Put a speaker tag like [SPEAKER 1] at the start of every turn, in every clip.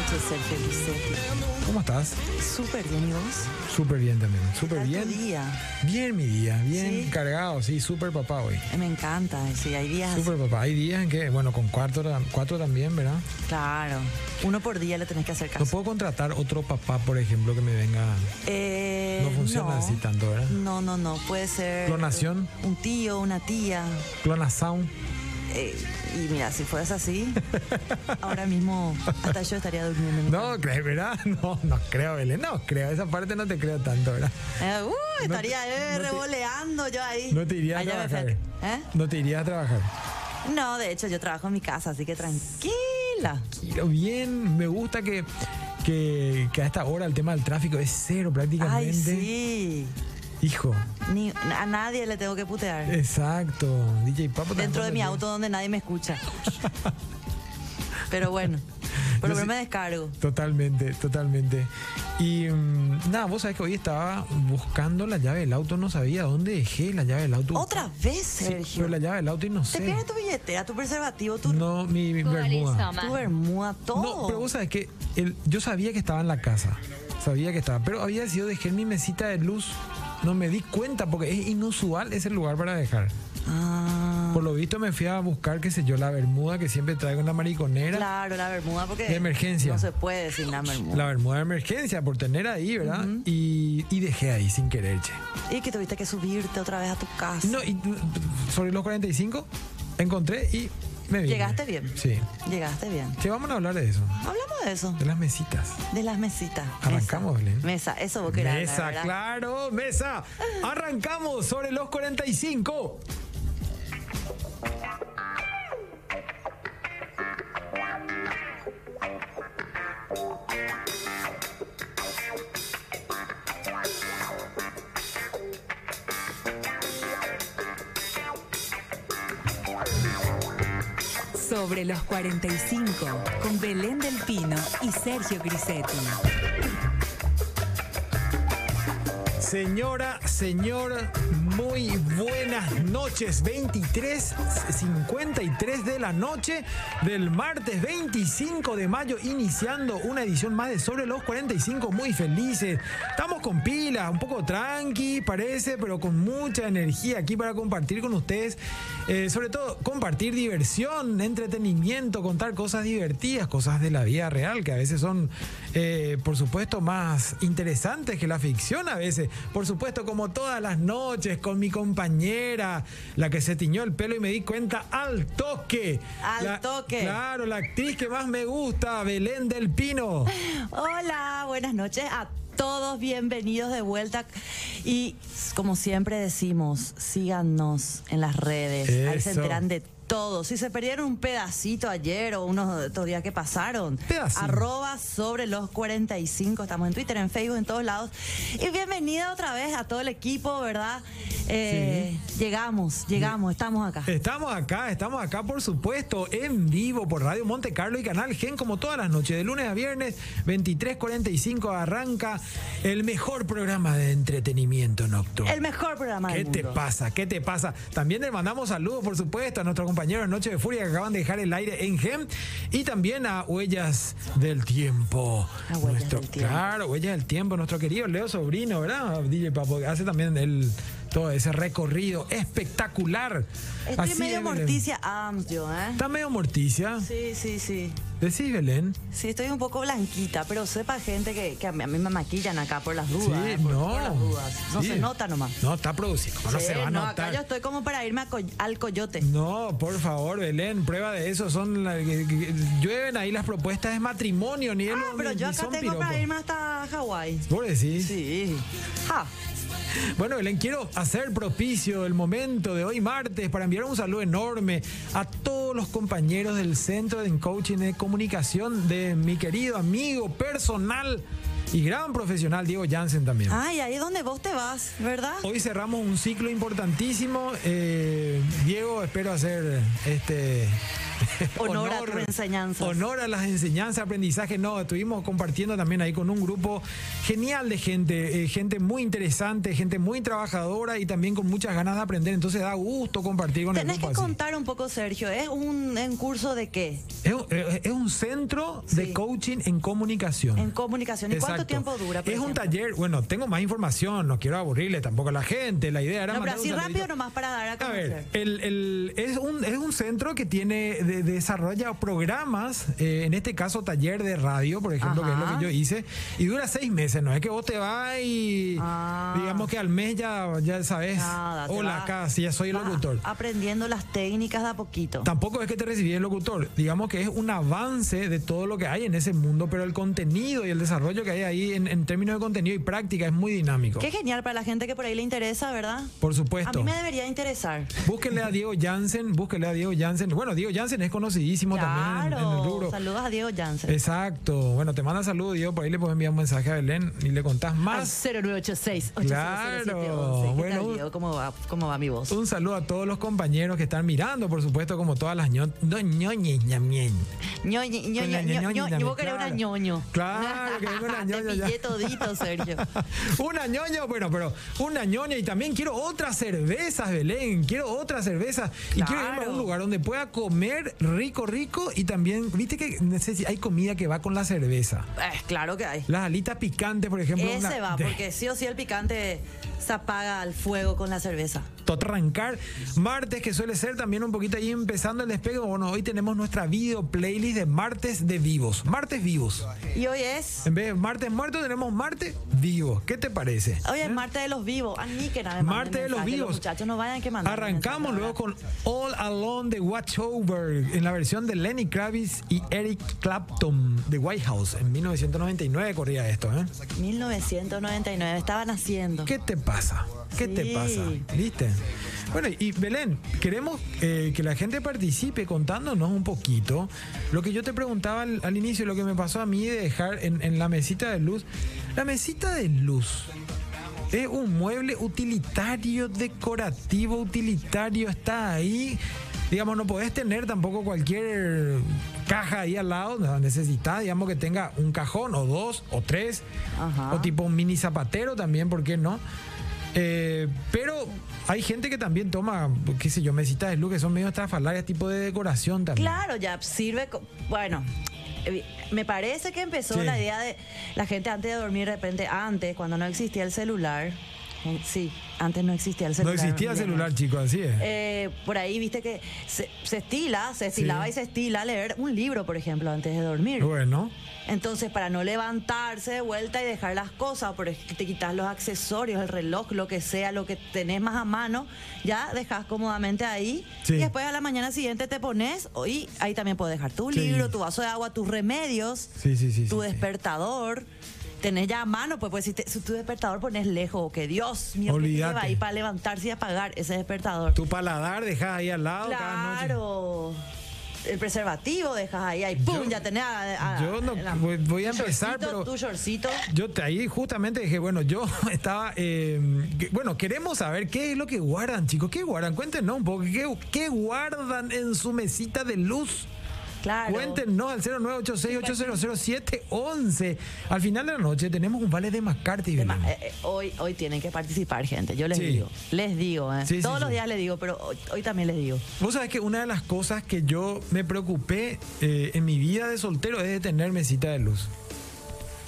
[SPEAKER 1] de ser feliz. eh.
[SPEAKER 2] ¿Cómo estás?
[SPEAKER 1] Súper bien, ¿y vos?
[SPEAKER 2] Súper bien también.
[SPEAKER 1] ¿Qué
[SPEAKER 2] Súper
[SPEAKER 1] tal tu
[SPEAKER 2] bien.
[SPEAKER 1] día?
[SPEAKER 2] Bien mi día. Bien
[SPEAKER 1] Sí.
[SPEAKER 2] cargado, sí. Súper papá hoy.
[SPEAKER 1] Eh, Me encanta, sí, hay días.
[SPEAKER 2] Súper papá. Hay días en que, bueno, con cuatro, cuatro también, ¿verdad?
[SPEAKER 1] Claro, uno por día le tenés que hacer
[SPEAKER 2] No
[SPEAKER 1] caso.
[SPEAKER 2] puedo contratar otro papá, por ejemplo, que me venga.
[SPEAKER 1] Eh,
[SPEAKER 2] No funciona así tanto, ¿verdad?
[SPEAKER 1] No, no, no, puede ser.
[SPEAKER 2] Clonación.
[SPEAKER 1] Un tío, una tía.
[SPEAKER 2] Clona Sound.
[SPEAKER 1] eh, y mira, si fueras así, ahora mismo hasta yo estaría durmiendo. en mi
[SPEAKER 2] No, crees, ¿verdad? No, no creo, Belén. No creo. Esa parte no te creo tanto, ¿verdad?
[SPEAKER 1] Eh, uh, estaría eh,
[SPEAKER 2] no te-
[SPEAKER 1] revoleando yo ahí.
[SPEAKER 2] No te iría a
[SPEAKER 1] Allá me
[SPEAKER 2] trabajar.
[SPEAKER 1] fui a- ¿Eh?
[SPEAKER 2] No te iría a trabajar.
[SPEAKER 1] No, de hecho, yo trabajo en mi casa, así que tranquila.
[SPEAKER 2] Quiero bien. Me gusta que, que, que a esta hora el tema del tráfico es cero prácticamente.
[SPEAKER 1] Ay, sí.
[SPEAKER 2] Hijo,
[SPEAKER 1] Ni- a nadie le tengo que putear.
[SPEAKER 2] Eh, exacto. DJ
[SPEAKER 1] Dentro
[SPEAKER 2] Papo tampoco
[SPEAKER 1] de mi
[SPEAKER 2] tiene-
[SPEAKER 1] auto donde nadie me escucha. Pero bueno, por lo menos
[SPEAKER 2] Yo sí-
[SPEAKER 1] me descargo.
[SPEAKER 2] Totalmente, totalmente. Y mm, nada, vos sabés que hoy estaba buscando la llave del auto, no sabía dónde dejé la llave del auto.
[SPEAKER 1] Otra vez,
[SPEAKER 2] Sí,
[SPEAKER 1] Sergio.
[SPEAKER 2] pero la llave del auto y no
[SPEAKER 1] Te
[SPEAKER 2] sé.
[SPEAKER 1] pierdes tu billetera, tu preservativo, tu,
[SPEAKER 2] No, mi, mi bermuda.
[SPEAKER 1] tu bermuda, todo.
[SPEAKER 2] No, pero vos sabés que el- yo sabía que estaba en la casa. Sabía que estaba. Pero había sido dejé en mi mesita de luz. No me di cuenta porque es inusual ese lugar para dejar.
[SPEAKER 1] Ah,
[SPEAKER 2] Por lo visto me fui a buscar, qué sé yo, la bermuda que siempre traigo en la mariconera.
[SPEAKER 1] claro, la bermuda, porque.
[SPEAKER 2] De emergencia.
[SPEAKER 1] No se puede sin la bermuda.
[SPEAKER 2] La bermuda de emergencia por tener ahí, ¿verdad? y, y dejé ahí sin querer, che.
[SPEAKER 1] Y que tuviste que subirte otra vez a tu casa.
[SPEAKER 2] No, y sobre los 45 encontré y me vine.
[SPEAKER 1] Llegaste bien.
[SPEAKER 2] Sí.
[SPEAKER 1] Llegaste bien.
[SPEAKER 2] Che, vamos a hablar de eso,
[SPEAKER 1] Hablamos de eso,
[SPEAKER 2] de las mesitas.
[SPEAKER 1] de las mesitas.
[SPEAKER 2] Arrancamos,
[SPEAKER 1] mesa.
[SPEAKER 2] Belén.
[SPEAKER 1] Mesa, eso vos querés.
[SPEAKER 2] Mesa,
[SPEAKER 1] hablar, ¿verdad?
[SPEAKER 2] claro, mesa. Arrancamos sobre los 45.
[SPEAKER 3] Sobre los 45, con Belén del Pino y Sergio Grisetti.
[SPEAKER 2] Señora, señor, muy buenas noches. 23.53 de la noche del martes 25 de mayo, iniciando una edición más de Sobre los 45, muy felices. Estamos con pila, un poco tranqui, parece, pero con mucha energía aquí para compartir con ustedes. eh, sobre todo, compartir diversión, entretenimiento, contar cosas divertidas, cosas de la vida real, que a veces son, eh, por supuesto, más interesantes que la ficción a veces. Por supuesto, como todas las noches, con mi compañera, la que se tiñó el pelo y me di cuenta al toque.
[SPEAKER 1] Al
[SPEAKER 2] La-
[SPEAKER 1] toque.
[SPEAKER 2] Claro, la actriz que más me gusta, Belén del Pino.
[SPEAKER 1] Hola, buenas noches a todos, bienvenidos de vuelta. Y como siempre decimos, síganos en las redes, ahí se
[SPEAKER 2] Eso.
[SPEAKER 1] enteran de todo. Si se perdieron un pedacito ayer o unos de estos días que pasaron,
[SPEAKER 2] Pedacito.
[SPEAKER 1] arroba sobre los 45, estamos en Twitter, en Facebook, en todos lados. Y bienvenida otra vez a todo el equipo, ¿verdad? Eh, Llegamos, llegamos, estamos acá.
[SPEAKER 2] Estamos acá, estamos acá, por supuesto, en vivo por Radio Monte Carlo y Canal Gen, como todas las noches, de lunes a viernes, 23.45 arranca el mejor programa de entretenimiento nocturno.
[SPEAKER 1] El mejor programa
[SPEAKER 2] ¿Qué
[SPEAKER 1] del
[SPEAKER 2] te
[SPEAKER 1] mundo.
[SPEAKER 2] pasa? ¿Qué te pasa? También le mandamos saludos, por supuesto, a nuestros compañeros de Noche de Furia que acaban de dejar el aire en GEM y también a Huellas del Tiempo.
[SPEAKER 1] A Huellas
[SPEAKER 2] Nuestro-
[SPEAKER 1] del Tiempo.
[SPEAKER 2] Claro, Huellas del Tiempo, nuestro querido Leo Sobrino, ¿verdad? DJ Papo, que hace también el, todo ese recorrido espectacular.
[SPEAKER 1] Estoy
[SPEAKER 2] Así
[SPEAKER 1] medio
[SPEAKER 2] es, Belén.
[SPEAKER 1] morticia Adams yo, ¿eh?
[SPEAKER 2] Está medio morticia.
[SPEAKER 1] Sí, sí, sí.
[SPEAKER 2] Decís, Belén.
[SPEAKER 1] Sí, estoy un poco blanquita, pero sepa gente que, que a mí a mí me maquillan acá por las dudas.
[SPEAKER 2] sí,
[SPEAKER 1] eh, por,
[SPEAKER 2] no.
[SPEAKER 1] por las dudas. No
[SPEAKER 2] Sí.
[SPEAKER 1] se nota nomás.
[SPEAKER 2] No, está producido. No
[SPEAKER 1] Sí,
[SPEAKER 2] se va a
[SPEAKER 1] no,
[SPEAKER 2] notar.
[SPEAKER 1] acá yo estoy como para irme a co- al coyote.
[SPEAKER 2] No, por favor, Belén, prueba de eso. Son la- que- que- llueven ahí las propuestas de matrimonio, ni
[SPEAKER 1] ah, pero yo acá tengo para irme hasta Hawái.
[SPEAKER 2] Por decir.
[SPEAKER 1] Sí. Ja.
[SPEAKER 2] Bueno, Belén, quiero hacer propicio el momento de hoy martes para enviar un saludo enorme a todos los compañeros del Centro de Coaching de Comunicación de mi querido amigo personal y gran profesional Diego Jansen también.
[SPEAKER 1] Ay, ahí es donde vos te vas, ¿verdad?
[SPEAKER 2] Hoy cerramos un ciclo importantísimo. Eh, Diego, espero hacer este
[SPEAKER 1] Honor, a tu enseñanza.
[SPEAKER 2] Honor a las enseñanzas, aprendizaje. No, estuvimos compartiendo también ahí con un grupo genial de gente, eh, gente muy interesante, gente muy trabajadora y también con muchas ganas de aprender. Entonces da gusto compartir con
[SPEAKER 1] Tenés
[SPEAKER 2] el grupo.
[SPEAKER 1] que
[SPEAKER 2] así.
[SPEAKER 1] contar un poco, Sergio. ¿Es un, un curso de qué?
[SPEAKER 2] Es, un- eh, es un centro de
[SPEAKER 1] Sí.
[SPEAKER 2] coaching en comunicación.
[SPEAKER 1] En comunicación. ¿Y cuánto
[SPEAKER 2] Exacto.
[SPEAKER 1] tiempo dura?
[SPEAKER 2] Es
[SPEAKER 1] por
[SPEAKER 2] un
[SPEAKER 1] ejemplo?
[SPEAKER 2] taller, bueno, tengo más información, no quiero aburrirle tampoco a la gente, la idea era...
[SPEAKER 1] No, pero
[SPEAKER 2] mandar un
[SPEAKER 1] así rápido
[SPEAKER 2] saludito.
[SPEAKER 1] nomás para dar a
[SPEAKER 2] A
[SPEAKER 1] conocer.
[SPEAKER 2] ver, el- el- es, un, es un centro que tiene de- desarrolla programas, eh, en este caso taller de radio, por ejemplo, que es lo
[SPEAKER 1] Ajá.
[SPEAKER 2] que yo hice, y dura seis meses, no es que vos te vas y
[SPEAKER 1] Ah.
[SPEAKER 2] digamos que al mes ya, ya sabes,
[SPEAKER 1] Nada, te
[SPEAKER 2] hola,
[SPEAKER 1] va-
[SPEAKER 2] acá, sí, ya soy el
[SPEAKER 1] vas Ah.
[SPEAKER 2] locutor.
[SPEAKER 1] Aprendiendo las técnicas de a poquito.
[SPEAKER 2] Tampoco es que te recibí el locutor, digamos que es un avance de todo lo que hay en ese mundo, pero el contenido y el desarrollo que hay ahí en, en términos de contenido y práctica es muy dinámico.
[SPEAKER 1] Qué genial para la gente que por ahí le interesa, ¿verdad?
[SPEAKER 2] Por
[SPEAKER 1] A
[SPEAKER 2] supuesto.
[SPEAKER 1] mí me debería interesar.
[SPEAKER 2] Búsquenle a Diego Jansen, búsquenle a Diego Jansen. Bueno, Diego Jansen es conocidísimo también en- en, el
[SPEAKER 1] Claro.
[SPEAKER 2] rubro.
[SPEAKER 1] Saludos a Diego Jansen.
[SPEAKER 2] Exacto. Bueno, te manda saludos, Diego. Por ahí le puedes enviar un mensaje a Belén y le contás
[SPEAKER 1] Al
[SPEAKER 2] más.
[SPEAKER 1] 0986
[SPEAKER 2] Claro,
[SPEAKER 1] 807 ¿Qué
[SPEAKER 2] bueno.
[SPEAKER 1] tal, Diego? ¿Cómo va, ¿Cómo va mi voz?
[SPEAKER 2] Un saludo a todos los compañeros que están mirando, por supuesto, como todas las ño- no, ñoñes ñamien.
[SPEAKER 1] Ñoño, ñoño,
[SPEAKER 2] Con
[SPEAKER 1] ñoño,
[SPEAKER 2] la ñoño
[SPEAKER 1] ñoño.
[SPEAKER 2] también,
[SPEAKER 1] Yo quería una
[SPEAKER 2] claro.
[SPEAKER 1] ñoño.
[SPEAKER 2] Claro, quería una ñoño
[SPEAKER 1] Te
[SPEAKER 2] ya.
[SPEAKER 1] pillé todito, Sergio.
[SPEAKER 2] una ñoña, bueno, pero una ñoña y también quiero otras cervezas, Belén. Quiero otras cervezas. Y quiero irme a
[SPEAKER 1] Claro.
[SPEAKER 2] un lugar donde pueda comer rico, rico y también, viste que necesi- hay comida que va con la cerveza.
[SPEAKER 1] Eh, claro que hay.
[SPEAKER 2] Las alitas picantes, por ejemplo.
[SPEAKER 1] Ese
[SPEAKER 2] una-
[SPEAKER 1] va,
[SPEAKER 2] de-
[SPEAKER 1] porque sí o sí el picante se apaga al fuego con la cerveza.
[SPEAKER 2] Totrancar. Martes, que suele ser también un poquito ahí empezando el despegue. Bueno, hoy tenemos nuestra video playlist de martes de vivos. Martes vivos.
[SPEAKER 1] Y hoy es.
[SPEAKER 2] En vez de martes muerto, tenemos martes vivos. ¿é te parece?
[SPEAKER 1] Hoy es martes de los vivos. Ah, A mí que nada me manden
[SPEAKER 2] ¿Eh? Martes de los
[SPEAKER 1] mensajes,
[SPEAKER 2] vivos.
[SPEAKER 1] muchachos no vayan que mandar.
[SPEAKER 2] Arrancamos
[SPEAKER 1] mensajes
[SPEAKER 2] luego con All Alone de Watchover en la versión de Lenny Kravitz y Eric Clapton de White House. En 1999 corría esto, ¿eh?
[SPEAKER 1] ahora. 1999, estaban haciendo.
[SPEAKER 2] ¿Qué te pasa? ¿Qué te
[SPEAKER 1] Sí.
[SPEAKER 2] pasa? ¿Viste? Bueno, y Belén, queremos eh, que la gente participe contándonos un poquito lo que yo te preguntaba al, al inicio, lo que me pasó a mí de dejar en, en la mesita de luz. La mesita de luz es un mueble utilitario, decorativo, utilitario, está ahí. Digamos, no podés tener tampoco cualquier caja ahí al lado, no, necesitas, digamos, que tenga un cajón o dos o tres,
[SPEAKER 1] Ajá.
[SPEAKER 2] o tipo un mini zapatero también, ¿por qué no? Eh, pero hay gente que también toma, qué sé yo, mesitas de luz que son medio estrafalarias, tipo de decoración también.
[SPEAKER 1] Claro, ya sirve. co- Bueno, eh, me parece que empezó
[SPEAKER 2] Sí.
[SPEAKER 1] la idea de la gente antes de dormir, de repente, antes, cuando no existía el celular. eh, Sí, antes no existía el
[SPEAKER 2] No
[SPEAKER 1] celular.
[SPEAKER 2] existía
[SPEAKER 1] Milena.
[SPEAKER 2] celular, chicos, así es.
[SPEAKER 1] Eh, por ahí viste que se, se estila, se estilaba y se estila leer un libro, por ejemplo, antes de dormir.
[SPEAKER 2] Bueno,
[SPEAKER 1] Entonces, para no levantarse de vuelta y dejar las cosas, por ej- te quitas los accesorios, el reloj, lo que sea, lo que tenés más a mano, ya dejas cómodamente ahí.
[SPEAKER 2] Sí.
[SPEAKER 1] Y después a la mañana siguiente te pones, o- y ahí también puedes dejar tu
[SPEAKER 2] Sí.
[SPEAKER 1] libro, tu vaso de agua, tus remedios,
[SPEAKER 2] sí, sí, sí.
[SPEAKER 1] tu
[SPEAKER 2] sí, sí.
[SPEAKER 1] despertador. Tenés ya a mano, pues, pues si, te- si tu despertador pones lejos, o que Dios mío, que te
[SPEAKER 2] Olvídate.
[SPEAKER 1] lleva ahí para levantarse y apagar ese despertador.
[SPEAKER 2] Tu paladar dejas ahí al lado cada noche.
[SPEAKER 1] Claro. El preservativo dejas ahí, ahí, pum,
[SPEAKER 2] Yo-
[SPEAKER 1] ya tenés a, a-
[SPEAKER 2] yo no-
[SPEAKER 1] la-
[SPEAKER 2] voy- voy a
[SPEAKER 1] tu
[SPEAKER 2] empezar,
[SPEAKER 1] shortcito,
[SPEAKER 2] pero-
[SPEAKER 1] Tu shortcito.
[SPEAKER 2] Yo te- ahí justamente dije, bueno, yo estaba, eh, que- bueno, queremos saber qué es lo que guardan, chicos, qué guardan, cuéntenos un poco, qué, qué guardan en su mesita de luz.
[SPEAKER 1] Claro.
[SPEAKER 2] Cuéntenos al 0986-800-711. Al final de la noche tenemos un vale de McCarthy.
[SPEAKER 1] Tema-
[SPEAKER 2] Belén.
[SPEAKER 1] eh, eh, hoy, hoy tienen que participar, gente. Yo les
[SPEAKER 2] Sí.
[SPEAKER 1] digo. Les digo, ¿eh?
[SPEAKER 2] Sí, sí,
[SPEAKER 1] Todos los
[SPEAKER 2] sí.
[SPEAKER 1] días les digo, pero hoy, hoy también les digo.
[SPEAKER 2] Vos sabés que una de las cosas que yo me preocupé eh, en mi vida de soltero es de tener mesita de luz.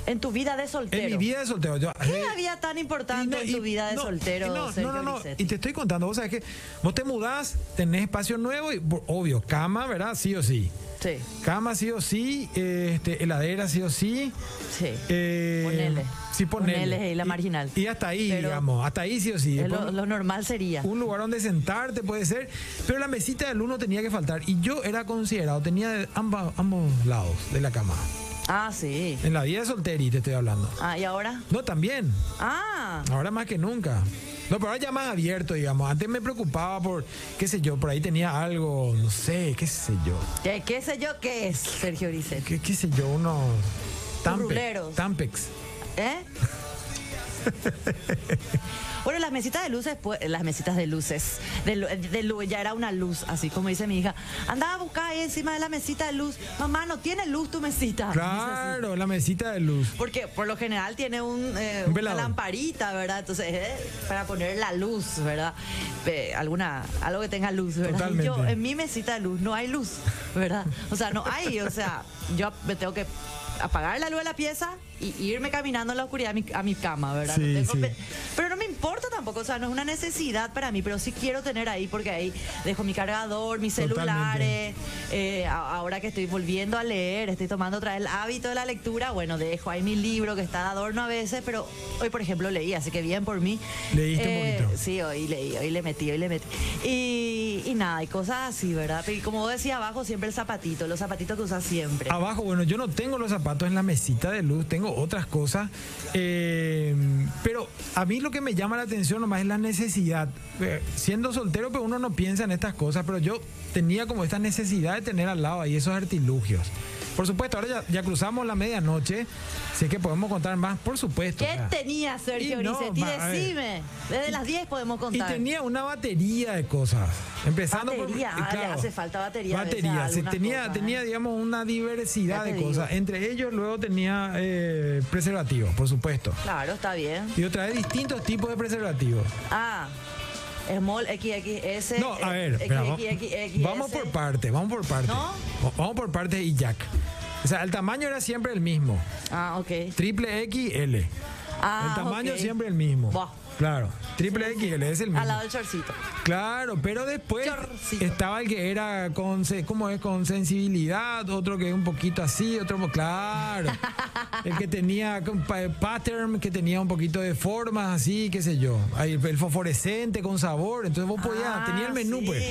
[SPEAKER 1] En tu vida de soltero.
[SPEAKER 2] En mi vida de soltero. Yo,
[SPEAKER 1] ¿Qué
[SPEAKER 2] eh,
[SPEAKER 1] había tan
[SPEAKER 2] Y
[SPEAKER 1] importante
[SPEAKER 2] no,
[SPEAKER 1] en tu
[SPEAKER 2] y-
[SPEAKER 1] vida de
[SPEAKER 2] no,
[SPEAKER 1] soltero,
[SPEAKER 2] y no,
[SPEAKER 1] Sergio
[SPEAKER 2] no, no, no.
[SPEAKER 1] Grisetti?
[SPEAKER 2] Y te estoy contando, vos sabés que vos te mudás, tenés espacio nuevo y, por- obvio, cama, ¿verdad? Sí o sí.
[SPEAKER 1] Sí,
[SPEAKER 2] Cama sí o sí, eh, este, heladera sí o sí.
[SPEAKER 1] sí.
[SPEAKER 2] eh,
[SPEAKER 1] Ponele.
[SPEAKER 2] Sí, ponele.
[SPEAKER 1] Ponele ahí la
[SPEAKER 2] Y-
[SPEAKER 1] marginal.
[SPEAKER 2] Y, hasta ahí,
[SPEAKER 1] Pero-
[SPEAKER 2] digamos. Hasta ahí sí o sí.
[SPEAKER 1] Es
[SPEAKER 2] Después- Uh.
[SPEAKER 1] lo, lo normal sería.
[SPEAKER 2] un lugar donde sentarte puede ser, pero la mesita del uno tenía que faltar y yo era considerado, tenía de ambas- ambos lados de la cama.
[SPEAKER 1] Ah, sí.
[SPEAKER 2] En la vida de solteri te estoy hablando.
[SPEAKER 1] Ah, ¿y ahora?
[SPEAKER 2] No, también,
[SPEAKER 1] Ah.
[SPEAKER 2] ahora más que nunca. No, pero ahora ya más abierto, digamos. Antes me preocupaba por, qué sé yo, por ahí tenía algo, no sé, qué sé yo.
[SPEAKER 1] ¿Qué, qué sé yo qué es, Sergio Grisetti?
[SPEAKER 2] Qué, qué sé yo, unos
[SPEAKER 1] Ah,
[SPEAKER 2] tampex.
[SPEAKER 1] Ruleros.
[SPEAKER 2] Tampex.
[SPEAKER 1] ¿Eh? Bueno, las mesitas de luces, pues, las mesitas de luces, de, lu- de lu- ya era una luz, así como dice mi hija. Andaba a buscar ahí encima de la mesita de luz. Mamá, no tiene luz tu mesita. dice así.
[SPEAKER 2] Claro, la mesita de luz.
[SPEAKER 1] Porque por lo general tiene un, eh,
[SPEAKER 2] Un
[SPEAKER 1] una
[SPEAKER 2] velador.
[SPEAKER 1] lamparita, ¿verdad? Entonces, eh, para poner la luz, ¿verdad? Pe- alguna, algo que tenga luz, ¿verdad?
[SPEAKER 2] Totalmente.
[SPEAKER 1] Yo en mi mesita de luz no hay luz, ¿verdad? O sea, no hay, o sea, yo me tengo que apagar la luz de la pieza y irme caminando en la oscuridad a mi, a mi cama, ¿verdad? No
[SPEAKER 2] Sí,
[SPEAKER 1] tengo
[SPEAKER 2] sí.
[SPEAKER 1] pe- Pero no me importa tampoco, o sea, no es una necesidad para mí, pero sí quiero tener ahí porque ahí dejo mi cargador, mis
[SPEAKER 2] Totalmente.
[SPEAKER 1] celulares, eh, a- ahora que estoy volviendo a leer, estoy tomando otra vez el hábito de la lectura, bueno, dejo ahí mi libro que está de adorno a veces, pero hoy, por ejemplo, leí, así que bien por mí. Eh,
[SPEAKER 2] Leíste un poquito.
[SPEAKER 1] Sí, hoy leí, hoy le metí, hoy le metí. Y, y nada, y cosas así, ¿verdad? Y como decía abajo, siempre el zapatito, los zapatitos que usas siempre.
[SPEAKER 2] Abajo, bueno, yo no tengo los zapatos en la mesita de luz, tengo otras cosas. eh, pero a mí lo que me llama la atención nomás es la necesidad. Eh, siendo soltero, pero uno no piensa en estas cosas, pero yo tenía como esta necesidad de tener al lado ahí esos artilugios. Por supuesto, ahora ya, ya cruzamos la medianoche, sé que podemos contar más, por supuesto.
[SPEAKER 1] ¿Qué
[SPEAKER 2] o sea.
[SPEAKER 1] tenía Sergio
[SPEAKER 2] ah. Y no,
[SPEAKER 1] Grisetti?
[SPEAKER 2] ma- a ver.
[SPEAKER 1] Decime. Desde las 10 podemos
[SPEAKER 2] Y
[SPEAKER 1] contar.
[SPEAKER 2] tenía una batería de cosas. Empezando
[SPEAKER 1] Batería,
[SPEAKER 2] por.
[SPEAKER 1] ah, le hace falta batería a veces a
[SPEAKER 2] Batería. Se
[SPEAKER 1] algunas
[SPEAKER 2] tenía,
[SPEAKER 1] cosas,
[SPEAKER 2] tenía,
[SPEAKER 1] ¿eh?
[SPEAKER 2] digamos, una diversidad
[SPEAKER 1] Ya
[SPEAKER 2] de
[SPEAKER 1] te digo.
[SPEAKER 2] cosas. Entre ellos, luego tenía eh, preservativos, por supuesto.
[SPEAKER 1] Claro, está bien.
[SPEAKER 2] Y otra vez, distintos tipos de preservativos.
[SPEAKER 1] Ah, Small XXS.
[SPEAKER 2] No, a ver, espera, vamos,
[SPEAKER 1] XXXS.
[SPEAKER 2] vamos por parte, vamos por parte.
[SPEAKER 1] ¿No?
[SPEAKER 2] Va- Vamos por parte y Jack. O sea, el tamaño era siempre el mismo.
[SPEAKER 1] Ah, ok.
[SPEAKER 2] Triple XL.
[SPEAKER 1] Ah,
[SPEAKER 2] el tamaño
[SPEAKER 1] ok.
[SPEAKER 2] siempre el mismo.
[SPEAKER 1] Buah.
[SPEAKER 2] Claro. Triple XL es el mismo.
[SPEAKER 1] Al lado del chorcito.
[SPEAKER 2] Claro, pero después
[SPEAKER 1] Chorcito.
[SPEAKER 2] estaba el que era con se- ¿cómo es? con sensibilidad, otro que un poquito así, otro mo- claro. El que tenía con pa- pattern, que tenía un poquito de formas así, qué sé yo. Ahí El, fosforescente con sabor, entonces vos podías,
[SPEAKER 1] Ah,
[SPEAKER 2] tenía el menú
[SPEAKER 1] sí.
[SPEAKER 2] pues.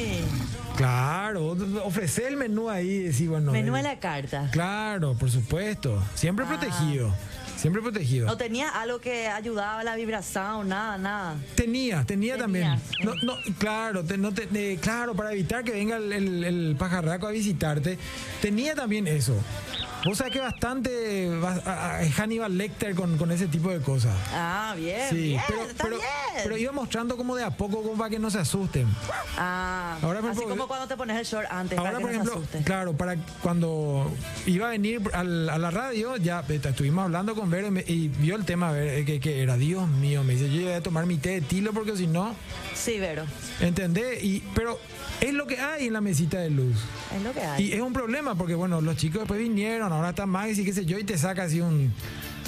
[SPEAKER 2] Claro, ofrecer el menú ahí y decir, bueno,
[SPEAKER 1] Menú
[SPEAKER 2] eh,
[SPEAKER 1] a la Ah. carta.
[SPEAKER 2] Claro, por supuesto. Siempre protegido. Siempre protegido.
[SPEAKER 1] No tenía algo que ayudaba a la vibración, nada, nada.
[SPEAKER 2] Tenía, tenía,
[SPEAKER 1] Tenía,
[SPEAKER 2] también.
[SPEAKER 1] sí.
[SPEAKER 2] No, no, claro, te- no te- eh, claro, para evitar que venga el, el- el pajarraco a visitarte, tenía también eso. Vos sabés que bastante eh, va- a- a- es Hannibal Lecter con, con ese tipo de cosas.
[SPEAKER 1] Ah, bien.
[SPEAKER 2] Sí,
[SPEAKER 1] bien,
[SPEAKER 2] pero,
[SPEAKER 1] está
[SPEAKER 2] pero-
[SPEAKER 1] bien.
[SPEAKER 2] pero iba mostrando como de a poco como para que no se asusten.
[SPEAKER 1] ah,
[SPEAKER 2] Ahora, por
[SPEAKER 1] así
[SPEAKER 2] ejemplo,
[SPEAKER 1] como cuando te pones el short antes para
[SPEAKER 2] Ahora,
[SPEAKER 1] que
[SPEAKER 2] por
[SPEAKER 1] no se
[SPEAKER 2] ejemplo,
[SPEAKER 1] asusten.
[SPEAKER 2] claro, para cuando iba a venir al- a la radio, ya eh, estuvimos hablando con Vero y, me- y vio el tema Vero, eh, que, que era, Dios mío, me dice, yo voy a tomar mi té de tilo porque si no,
[SPEAKER 1] Sí, Vero.
[SPEAKER 2] ¿Entendés? Y, pero es lo que hay en la mesita de luz.
[SPEAKER 1] Es lo que hay.
[SPEAKER 2] Y es un problema porque, bueno, los chicos después vinieron, ahora está Max y qué sé yo, y te saca así un...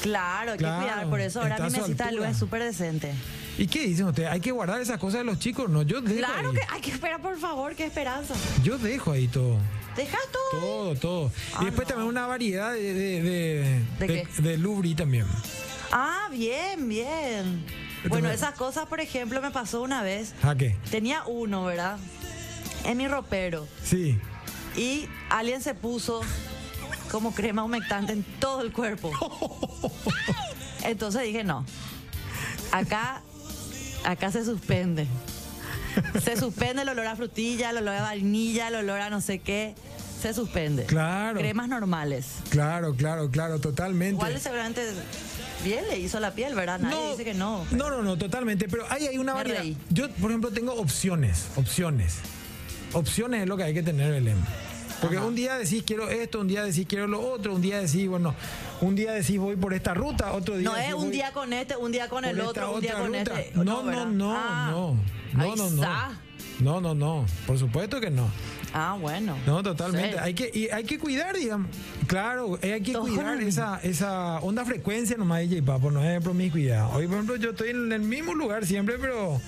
[SPEAKER 1] claro, hay
[SPEAKER 2] Claro,
[SPEAKER 1] que cuidar. Por eso ahora
[SPEAKER 2] está
[SPEAKER 1] mi
[SPEAKER 2] a su
[SPEAKER 1] mesita de luz
[SPEAKER 2] altura.
[SPEAKER 1] es súper decente.
[SPEAKER 2] ¿Y qué dicen ustedes? ¿Hay que guardar esas cosas de los chicos? No, yo dejo
[SPEAKER 1] Claro
[SPEAKER 2] pues, ahí.
[SPEAKER 1] que hay que esperar, por favor, qué esperanza.
[SPEAKER 2] Yo dejo ahí todo.
[SPEAKER 1] Dejas todo.
[SPEAKER 2] Todo, todo.
[SPEAKER 1] Ah,
[SPEAKER 2] y después
[SPEAKER 1] no.
[SPEAKER 2] también una variedad de... ¿De, de,
[SPEAKER 1] ¿De
[SPEAKER 2] de-
[SPEAKER 1] qué?
[SPEAKER 2] de lubri también.
[SPEAKER 1] Ah, bien, bien. Bueno,
[SPEAKER 2] me-
[SPEAKER 1] esas cosas, por ejemplo, me pasó una vez.
[SPEAKER 2] ¿A qué?
[SPEAKER 1] Tenía uno, ¿verdad? En mi ropero.
[SPEAKER 2] Sí.
[SPEAKER 1] Y alguien se puso como crema humectante en todo el cuerpo. Entonces dije, no. Acá, acá se suspende. Se suspende el olor a frutilla, el olor a vainilla, el olor a no sé qué. Se suspende.
[SPEAKER 2] Claro.
[SPEAKER 1] Cremas normales.
[SPEAKER 2] Claro, claro, claro, totalmente.
[SPEAKER 1] Igual seguramente bien le hizo la piel, ¿verdad? Nadie dice que no.
[SPEAKER 2] No, no, no, totalmente. Pero hay, hay una
[SPEAKER 1] Me
[SPEAKER 2] variedad.
[SPEAKER 1] reí.
[SPEAKER 2] Yo, por ejemplo, tengo opciones. Opciones. Opciones es lo que hay que tener, Belén. Porque un día decís quiero esto, un día decís quiero lo otro, un día decís, bueno, un día decís voy por esta ruta, otro día.
[SPEAKER 1] No es
[SPEAKER 2] decís,
[SPEAKER 1] un
[SPEAKER 2] voy
[SPEAKER 1] día con este, un día con
[SPEAKER 2] por
[SPEAKER 1] el
[SPEAKER 2] esta
[SPEAKER 1] otro, un día
[SPEAKER 2] otra
[SPEAKER 1] con
[SPEAKER 2] ruta.
[SPEAKER 1] este.
[SPEAKER 2] No, no,
[SPEAKER 1] ¿verdad?
[SPEAKER 2] no,
[SPEAKER 1] Ah.
[SPEAKER 2] no. No,
[SPEAKER 1] Ahí
[SPEAKER 2] no,
[SPEAKER 1] está.
[SPEAKER 2] no. No, no, no. Por supuesto que no.
[SPEAKER 1] Ah, bueno.
[SPEAKER 2] No, totalmente.
[SPEAKER 1] Sí.
[SPEAKER 2] Hay que, y hay que cuidar, digamos. Claro, eh, hay que
[SPEAKER 1] Totalmente.
[SPEAKER 2] cuidar esa, esa onda frecuencia nomás, DJ Papo, no es promiscuidad. Hoy, por ejemplo, yo estoy en el mismo lugar siempre, pero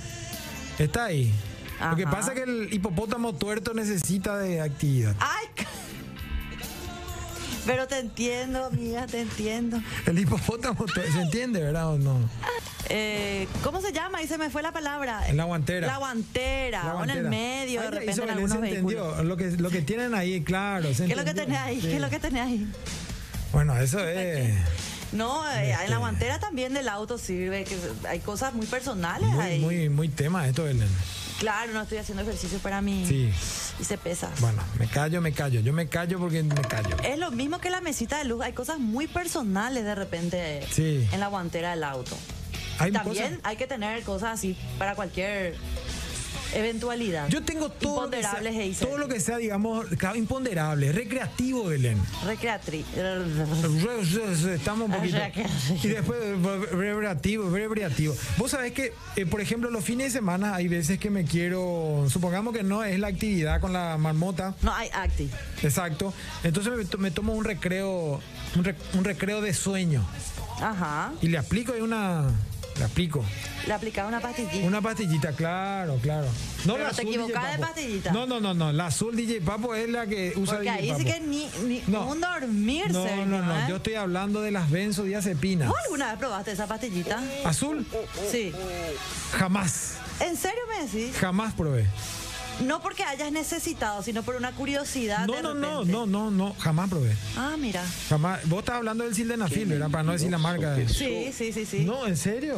[SPEAKER 2] está ahí. Lo que
[SPEAKER 1] Ajá.
[SPEAKER 2] pasa es que el hipopótamo tuerto necesita de actividad.
[SPEAKER 1] Ay, ca- pero te entiendo, amiga, te entiendo.
[SPEAKER 2] El hipopótamo tuerto, ¿se entiende, verdad o no?
[SPEAKER 1] Eh, ¿Cómo se llama? Ahí se me fue la palabra.
[SPEAKER 2] En la guantera.
[SPEAKER 1] La guantera,
[SPEAKER 2] La
[SPEAKER 1] o Ah, en el
[SPEAKER 2] guantera.
[SPEAKER 1] medio,
[SPEAKER 2] Ahí
[SPEAKER 1] de
[SPEAKER 2] ya
[SPEAKER 1] repente
[SPEAKER 2] hizo
[SPEAKER 1] en
[SPEAKER 2] Belén, se
[SPEAKER 1] algunos vehículos.
[SPEAKER 2] entendió. Lo que, lo que tienen ahí, claro. se
[SPEAKER 1] ¿Qué es lo que
[SPEAKER 2] entendió.
[SPEAKER 1] tenés ahí?
[SPEAKER 2] Sí.
[SPEAKER 1] ¿Qué es lo que tenés ahí?
[SPEAKER 2] Bueno, eso es.
[SPEAKER 1] No, eh, en
[SPEAKER 2] Este.
[SPEAKER 1] la guantera también del auto sirve, que hay cosas muy personales
[SPEAKER 2] Muy,
[SPEAKER 1] ahí.
[SPEAKER 2] muy, muy tema esto, Belén.
[SPEAKER 1] Claro, no estoy haciendo ejercicio para mí.
[SPEAKER 2] Sí.
[SPEAKER 1] Y se pesa.
[SPEAKER 2] Bueno, me callo, me callo. Yo me callo porque me callo.
[SPEAKER 1] Es lo mismo que la mesita de luz, hay cosas muy personales de repente
[SPEAKER 2] Sí.
[SPEAKER 1] en la guantera del auto.
[SPEAKER 2] Hay
[SPEAKER 1] También
[SPEAKER 2] cosas.
[SPEAKER 1] hay que tener cosas así para cualquier eventualidad.
[SPEAKER 2] Yo tengo todo lo, que sea,
[SPEAKER 1] Imponderables, e Heiser.
[SPEAKER 2] todo lo que sea, digamos, claro, imponderable, recreativo, Belén.
[SPEAKER 1] Recreatri.
[SPEAKER 2] Estamos
[SPEAKER 1] Ah,
[SPEAKER 2] un poquito.
[SPEAKER 1] Recreativo.
[SPEAKER 2] Y después, breveativo, breveativo. Vos sabés que, eh, por ejemplo, los fines de semana hay veces que me quiero. Supongamos que no es la actividad con la marmota.
[SPEAKER 1] No hay acti.
[SPEAKER 2] Exacto. Entonces me, to- me tomo un recreo, un, rec- un recreo de sueño.
[SPEAKER 1] Ajá.
[SPEAKER 2] Y le aplico ahí una. Le aplico.
[SPEAKER 1] Le aplicaba una pastillita.
[SPEAKER 2] Una pastillita, claro, claro. No
[SPEAKER 1] Pero te
[SPEAKER 2] DJ
[SPEAKER 1] equivocás de
[SPEAKER 2] Papo.
[SPEAKER 1] pastillita.
[SPEAKER 2] No, no, no, no. La azul DJ Papo es la que usa
[SPEAKER 1] Porque
[SPEAKER 2] DJ
[SPEAKER 1] ahí sí
[SPEAKER 2] Papo.
[SPEAKER 1] que ni, ni
[SPEAKER 2] No.
[SPEAKER 1] un dormir
[SPEAKER 2] No,
[SPEAKER 1] Sergio,
[SPEAKER 2] no, no.
[SPEAKER 1] ¿eh?
[SPEAKER 2] Yo estoy hablando de las benzodiazepinas.
[SPEAKER 1] ¿Vos alguna vez probaste esa pastillita?
[SPEAKER 2] Azul,
[SPEAKER 1] Sí.
[SPEAKER 2] jamás.
[SPEAKER 1] ¿En serio me decís?
[SPEAKER 2] Jamás probé.
[SPEAKER 1] No porque hayas necesitado, sino por una curiosidad.
[SPEAKER 2] No,
[SPEAKER 1] Ah, de
[SPEAKER 2] no, no,
[SPEAKER 1] repente.
[SPEAKER 2] no, no, no. Jamás probé.
[SPEAKER 1] Ah, mira.
[SPEAKER 2] Jamás. Vos estás hablando del sildenafil, ¿verdad? Para no decir la marca.
[SPEAKER 1] Sí, sí, sí, sí.
[SPEAKER 2] No, en serio.